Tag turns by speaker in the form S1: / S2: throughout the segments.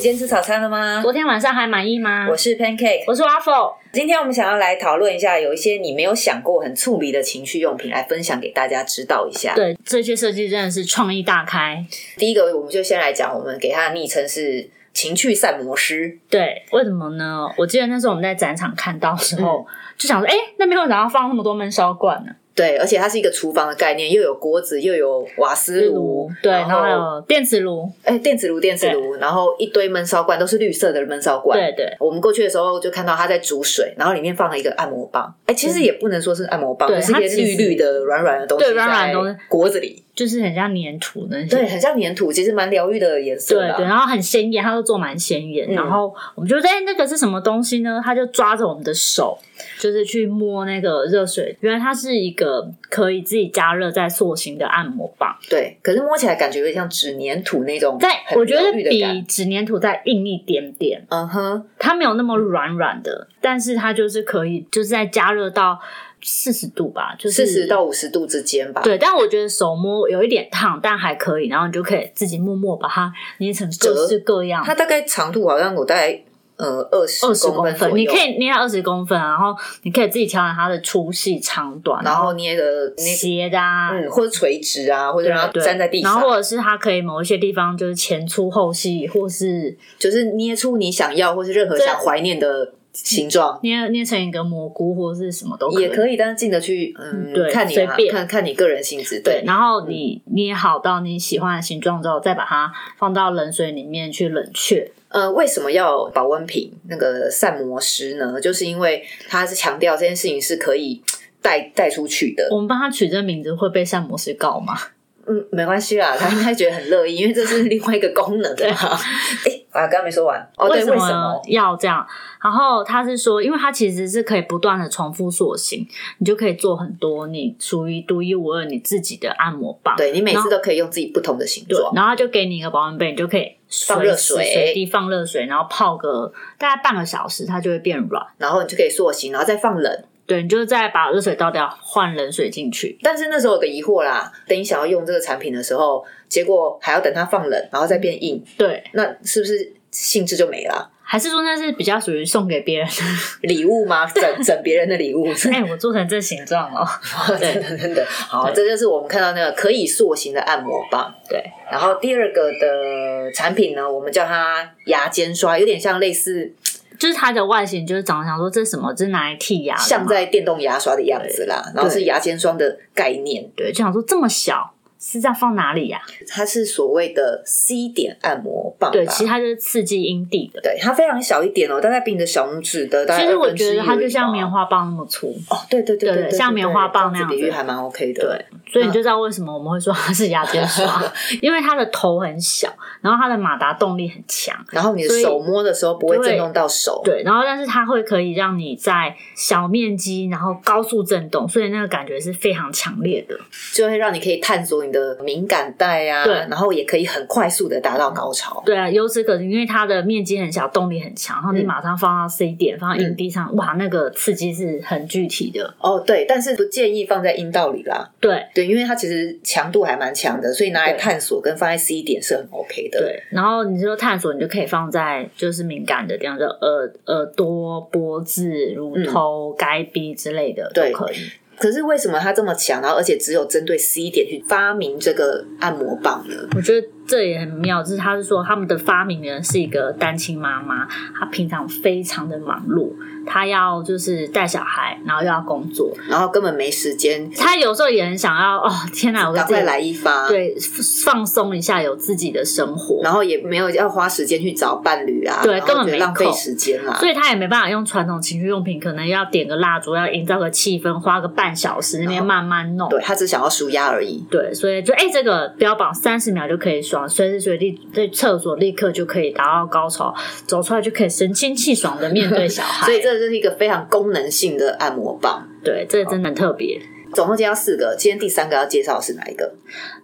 S1: 天吃早餐了吗？
S2: 昨天晚上还满意吗？
S1: 我是 Pancake，
S2: 我是 Waffle，
S1: 今天我们想要来讨论一下，有一些你没有想过很触鼻的情趣用品，来分享给大家知道一下。
S2: 对，这些设计真的是创意大开。
S1: 第一个，我们就先来讲，我们给它的昵称是“情趣散魔师
S2: 对，为什么呢？我记得那时候我们在展场看到的时
S1: 哦
S2: 候，
S1: 嗯
S2: 就想说，哎、那边为什么要放那么多闷烧罐呢？”，
S1: 对，而且它是一个厨房的概念，又有锅子，又有瓦斯炉，
S2: 对，
S1: 然
S2: 然后还有电磁炉，
S1: 哎、电磁炉、电磁炉，然后一堆闷烧罐，都是绿色的闷烧罐。
S2: 对对
S1: 我们过去的时候就看到它在煮水，然后里面放了一个按摩棒。哎、其实也不能说是按摩棒，
S2: 嗯对
S1: 就是一
S2: 它
S1: 些
S2: 其
S1: 绿
S2: 实
S1: 绿的、软软的东西，
S2: 对软软的东西，
S1: 锅子里，
S2: 就是很像粘土那些。
S1: 对，很像粘土，其实蛮疗愈的啊颜色
S2: 对
S1: 啦
S2: 对，然后很鲜艳，它都做蛮鲜艳。
S1: 嗯
S2: 然后我们就在、哎那个是什么东西呢？他就抓着我们的手，就是去摸那个热水。原来它是一个可以自己加热再塑形的按摩棒，
S1: 对可是摸起来感觉有点像纸粘土那种，
S2: 在
S1: 很
S2: 我觉得
S1: 疗愈的
S2: 比
S1: 感。
S2: 纸粘土再硬一点点，
S1: 嗯哼，
S2: 它没有那么软软的，但是它就是可以就是在加热到四十度吧，就
S1: 四
S2: 是
S1: 十。到五十度之间吧。
S2: 对，但我觉得手摸有一点烫，但还可以，然后你就可以自己默默把它捏成各
S1: 折
S2: 式各样。
S1: 它大概长度好像我大概呃二十
S2: 二十
S1: 公
S2: 公
S1: 分左右，
S2: 分，你可以捏到二十公分，然后你可以自己调整它的粗细、长短，
S1: 然后捏的那
S2: 斜的啊，
S1: 嗯，或者垂直啊，或者
S2: 对
S1: 让它
S2: 对，
S1: 粘在地
S2: 然
S1: 上
S2: 后，或者是它可以某一些地方就是前粗后细，或是
S1: 就是捏出你想要或是任何
S2: 这
S1: 想怀念的形状。
S2: 捏捏成一个蘑菇或是什么都
S1: 也
S2: 以。
S1: 可以，但是进得去，嗯，
S2: 嗯对
S1: 看你
S2: 随
S1: 啊
S2: 便
S1: 看看你个人性质，
S2: 对
S1: 对，，嗯
S2: 然后你捏好到你喜欢的形状之后，再把它放到冷水里面去冷却。
S1: 呃，为什么要保温瓶那个散魔师呢？就是因为它是强调这件事情是可以带带出去的，
S2: 我们帮它取这名字会被膳魔师告吗？
S1: 嗯，没关系 啦，他应该觉得很乐意，因为这是另外一个功能嘛。 哎、我刚刚没说完哦，对，为什么？
S2: 要这样？然后他是说，因为它其实是可以不断的重复塑形，你就可以做很多你属于独一无二你自己的按摩棒。
S1: 对你每
S2: 然
S1: 次
S2: 后
S1: 都可以用自己不同的形
S2: 对
S1: 状，
S2: 然后他就给你一个保温杯，你就可以随
S1: 放热
S2: 时
S1: 水
S2: 随地放热水，然后泡个大概半个小时，它就会变软。
S1: 然后你就可以塑形，然后再放冷。
S2: 对，你就再把热水倒掉，换冷水进去。
S1: 但是那时候有个疑惑啦，等你想要用这个产品的时候，结果还要等它放冷，然后再变硬，
S2: 对，
S1: 那是不是性质就没了？
S2: 还是说那是比较属于送给别人的？
S1: 礼物吗？整 整别人的礼物？
S2: 哎、我做成这形状哦。
S1: 真的真的好，这就是我们看到那个可以塑形的按摩棒。
S2: 对，
S1: 然后第二个的产品呢，我们叫它牙尖刷，有点像类似
S2: 就是它的外形，就是长得想说这是什么，这是拿来剔牙的吗，
S1: 像在电动牙刷的样子啦，然后是牙尖刷的概念，
S2: 对，就想说这么小是在放哪里呀、
S1: 它是所谓的 C 点按摩棒吧。
S2: 对，其实它就是刺激阴蒂的。
S1: 对它非常小一点哦，大概比你的小拇指的大概
S2: 其实我
S1: 1/2
S2: 觉得它
S1: 而已
S2: 就像
S1: 吧
S2: 棉花棒那么粗，
S1: 哦，对对对
S2: 对
S1: 对，
S2: 像棉花棒那样
S1: 子，比喻
S2: 子
S1: 还蛮 OK 的。
S2: 对，所以你就知道为什么我们会说它是牙 尖刷，因为它的头很小，然后它的马达动力很强，
S1: 然后你
S2: 所
S1: 的
S2: 以
S1: 手摸的时候不会
S2: 就会
S1: 震动到手，
S2: 对，然后但是它会可以让你在小面积，然后高速震动，所以那个感觉是非常强烈的。
S1: 就会让你可以探索你的敏感带啊，
S2: 对
S1: 然后也可以很快速的达到高潮。
S2: 对啊，由此可知，因为它的面积很小，动力很强，然后你
S1: 嗯
S2: 马上放到 C 点，放到阴蒂上，哇，那个刺激是很具体的。
S1: 哦，对，但是不建议放在阴道里啦，
S2: 对，
S1: 对，因为它其实强度还蛮强的，所以拿来
S2: 对
S1: 探索跟放在 C 点是很 OK 的。
S2: 对，然后你就探索，你就可以放在就是敏感的地方，就耳耳朵、脖子、乳头、该鼻之类的都
S1: 嗯对
S2: 可以。
S1: 可是为什么它这么强，然后而且只有针对 C 点去发明这个按摩棒呢？
S2: 我觉得这也很妙，就是他是说他们的发明人是一个单亲妈妈，她平常非常的忙碌，她要就是带小孩，然后又要工作，
S1: 然后根本没时间，
S2: 她有时候也很想要哦，天哪，我
S1: 赶
S2: 自己
S1: 快来一发。。
S2: 对放松一下，有自己的生活。
S1: 然后也没有要花时间去找伴侣啊，
S2: 对
S1: 然后
S2: 根本
S1: 觉得
S2: 没
S1: 浪费
S2: 空
S1: 时间啦、
S2: 所以他也没办法用传统情趣用品，可能要点个蜡烛，要营造个气氛，花个半小时那边慢慢弄。
S1: 嗯对他只想要舒压而已。
S2: 对所以就哎、这个标榜三十秒就可以爽，随时随地在厕所立刻就可以达到高潮，走出来就可以神清气爽的面对小孩。
S1: 所以这就是一个非常功能性的按摩棒。
S2: 对，这真的很特别。
S1: 总共介绍四个，今天第三个要介绍的是哪一个？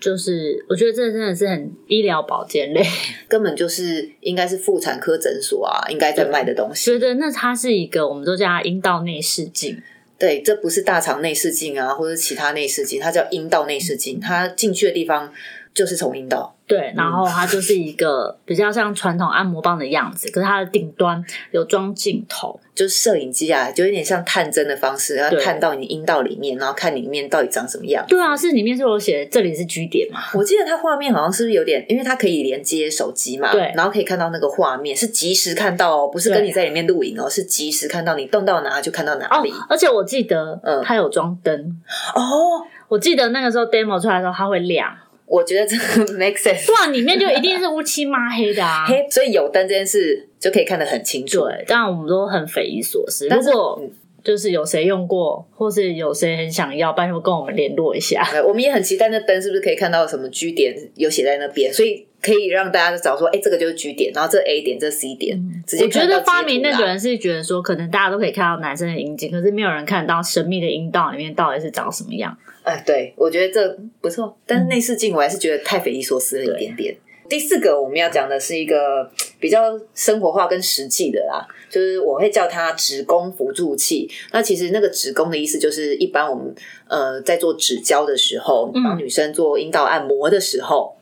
S2: 就是我觉得这真的是很医疗保健类，
S1: 根本就是应该是妇产科诊所啊，应该在卖的东西。
S2: 觉得那它是一个我们都叫它阴道内视镜，
S1: 对，这不是大肠内视镜啊，或者其他内视镜，它叫阴道内视镜，它进去的地方就是从阴道。
S2: 对，然后它就是一个比较像传统按摩棒的样子，可是它的顶端有装镜头，
S1: 就是摄影机啊，就有点像探针的方式，要
S2: 对
S1: 探到你阴道里面，然后看里面到底长什么样。
S2: 对啊，是里面是有写这里是 G 点嘛？
S1: 我记得它画面好像是不是有点，因为它可以连接手机嘛，
S2: 对
S1: 然后可以看到那个画面，是及时看到哦，不是跟
S2: 对
S1: 你在里面录影哦，是及时看到你动到哪就看到哪
S2: 哦
S1: 里。，
S2: 而且我记得
S1: 嗯
S2: 它有装灯，
S1: 哦，
S2: 我记得那个时候 demo 出来的时候它会亮，
S1: 我觉得这个 make sense。
S2: 不然里面就一定是乌漆嘛黑 的啊。
S1: 嘿，所以有灯这件事就可以看得很清楚。
S2: 对，当然我们都很匪夷所思。如
S1: 但是
S2: 果
S1: 嗯
S2: 就是有谁用过，或是有谁很想要，拜托跟我们联络一下。
S1: 呃，我们也很期待那灯是不是可以看到什么 G 点有写在那边，所以可以让大家找说，哎、这个就是 G 点，然后这 A 点，这 C 点，直接
S2: 嗯我觉
S1: 看到
S2: 得发
S1: 截
S2: 明
S1: 图
S2: 那
S1: 啦
S2: 个人是觉得说，可能大家都可以看到男生的阴茎，可是没有人看到神秘的阴道里面到底是长什么样。
S1: 哎，对，我觉得这不错，但是内视镜我还是觉得太匪夷所思了一点点。第四个我们要讲的是一个比较生活化跟实际的啦，就是我会叫它指弓辅助器。那其实那个指弓的意思就是，一般我们呃在做指交的时候，
S2: 嗯
S1: 帮女生做阴道按摩的时候，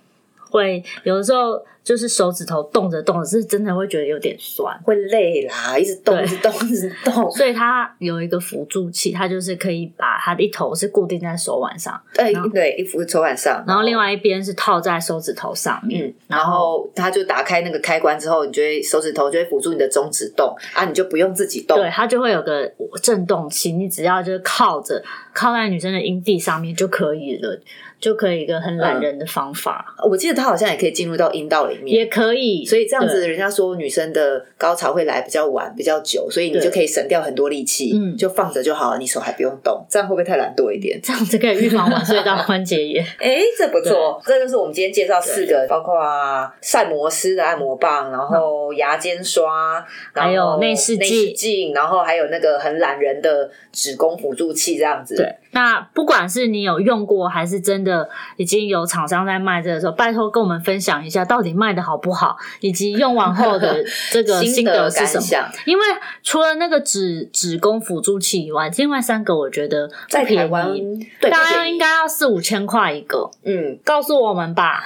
S2: 会有的时候就是手指头动着动着，是真的会觉得有点酸。
S1: 会累啦，一直动，
S2: 对
S1: 一直动，一直 动。
S2: 所以它有一个辅助器，它就是可以把它的一头是固定在手腕上，
S1: 对
S2: 然后
S1: 哎对，一副手腕上，
S2: 然后另外一边是套在手指头上面。
S1: 嗯，然后它就打开那个开关之后，你就会手指头就会辅助你的中指动啊，你就不用自己动，
S2: 对，它就会有个震动器，你只要就是靠着靠在女生的阴蒂上面就可以了，就可以一个很懒
S1: 嗯
S2: 人的方法，
S1: 我记得它好像也可以进入到阴道里面，
S2: 也可以。
S1: 所以这样子，
S2: 对，
S1: 人家说女生的高潮会来比较晚、比较久，所以你
S2: 对
S1: 就可以省掉很多力气，
S2: 嗯
S1: 就放着就好了，你手还不用动，这样会不会太懒惰一点？
S2: 这样子可以预防晚睡到关节炎。
S1: 哎、这不错，这就是我们今天介绍四个，包括啊膳魔师的按摩棒，然后牙尖刷，然后
S2: 嗯还有内视镜
S1: 镜，然后还有那个很懒人的指弓辅助器，这样子。
S2: 对，那不管是你有用过，还是真的已经有厂商在卖这个时候，拜托跟我们分享一下到底卖的好不好，以及用完后 的这个心
S1: 心
S2: 得
S1: 得
S2: 是
S1: 感
S2: 什么。
S1: 想，
S2: 因为除了那个指指弓辅助器以外，另外三个我觉得不
S1: 在台
S2: 便宜
S1: 湾对
S2: 大
S1: 不
S2: 概
S1: 便宜
S2: 应该要四五千块一个，
S1: 嗯，
S2: 告诉我们吧。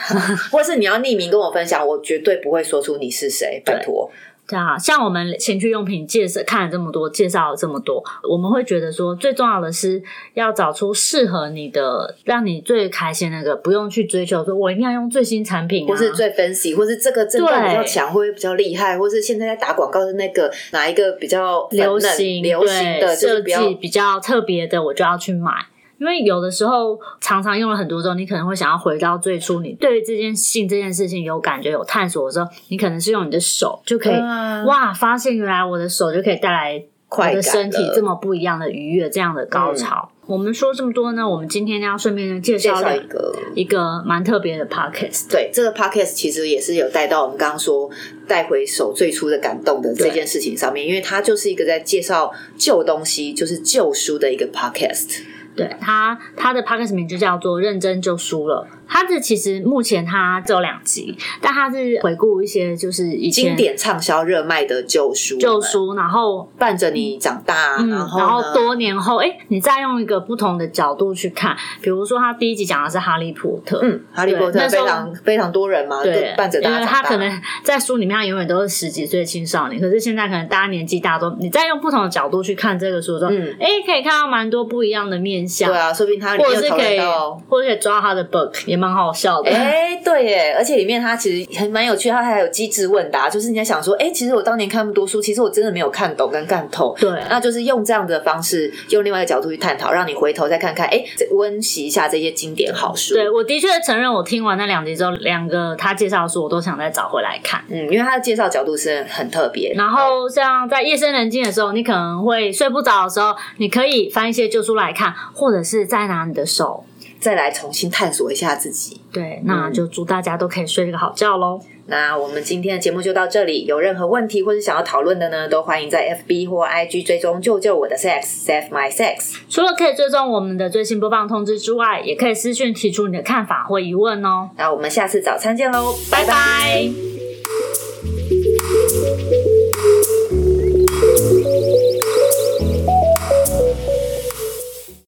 S1: 或是你要匿名跟我分享，我绝对不会说出你是谁，拜托。
S2: 对啊，像我们情趣用品介绍看了这么多，介绍了这么多，我们会觉得说，最重要的是要找出适合你的，让你最开心的那个，不用去追求说我一定要用最新产品、啊，
S1: 或是最分析，或是这个震荡比较强，会比较厉害，或是现在在打广告的那个哪一个比较粉嫩
S2: 流行
S1: 流行的，
S2: 对
S1: 就是
S2: 设
S1: 比较
S2: 计比较特别的，我就要去买。因为有的时候常常用了很多之后，你可能会想要回到最初，你对于这件性这件事情有感觉、有探索的时候，你可能是用你的手就可以、
S1: 嗯
S2: 哇，发现原来我的手就可以带来
S1: 快
S2: 我
S1: 感
S2: 的身体
S1: 了嗯
S2: 这么不一样的愉悦，这样的高潮。我们说这么多呢，我们今天要顺便介
S1: 介
S2: 绍
S1: 绍
S2: 了
S1: 一个。
S2: 一个蛮特别的 podcast。
S1: 对这个 podcast 其实也是有带到我们刚刚说带回手最初的感动的这件事情上面，因为它就是一个在介绍旧东西，就是旧书的一个 podcast。
S2: 对他，他的 podcast 名就叫做《认真就输了》。他的其实目前他只有两集，但他是回顾一些就是以前
S1: 经典畅销热卖的旧书，
S2: 旧书，然后
S1: 伴着你长大，
S2: 嗯，
S1: 然
S2: 然
S1: 后呢
S2: 多年后，哎，你再用一个不同的角度去看，比如说他第一集讲的是哈利波特，
S1: 嗯，哈利波特
S2: 对那时
S1: 非
S2: 候
S1: 常非常多人嘛，
S2: 对
S1: 就，伴着大
S2: 因
S1: 家
S2: 为
S1: 长
S2: 他
S1: 大
S2: 可能在书里面，他永远都是十几岁的青少年，可是现在可能大家年纪大都，你再用不同的角度去看这个书之后，哎、
S1: 嗯
S2: 可以看到蛮多不一样的面相，
S1: 对啊，说不定他里
S2: 或
S1: 面有
S2: 者是
S1: 讨
S2: 可
S1: 论
S2: 以
S1: 到，。
S2: 或者可以抓他的 book，也蛮好笑的。
S1: 哎、对耶，而且里面它其实还蛮有趣，它还有机智问答，就是你在想说，哎、其实我当年看那么多书，其实我真的没有看懂跟看透。
S2: 对
S1: 那就是用这样的方式，用另外一个角度去探讨，让你回头再看看，哎、这温习一下这些经典好书。
S2: 对，我的确承认，我听完那两集之后，两个他介绍的书我都想再找回来看。
S1: 嗯，因为它的介绍角度是很特别。
S2: 然后像在夜深人静的时候，你可能会睡不着的时候，你可以翻一些旧书来看，或者是再拿你的手。
S1: 再来重新探索一下自己。
S2: 对，
S1: 嗯
S2: 那就祝大家都可以睡个好觉喽。
S1: 那我们今天的节目就到这里，有任何问题或是想要讨论的呢，都欢迎在 FB 或 IG 追踪“救救我的 sex save my sex”。
S2: 除了可以追踪我们的最新播放通知之外，也可以私讯提出你的看法或疑问哦。
S1: 那我们下次早餐见喽，
S2: 拜
S1: 拜拜
S2: 拜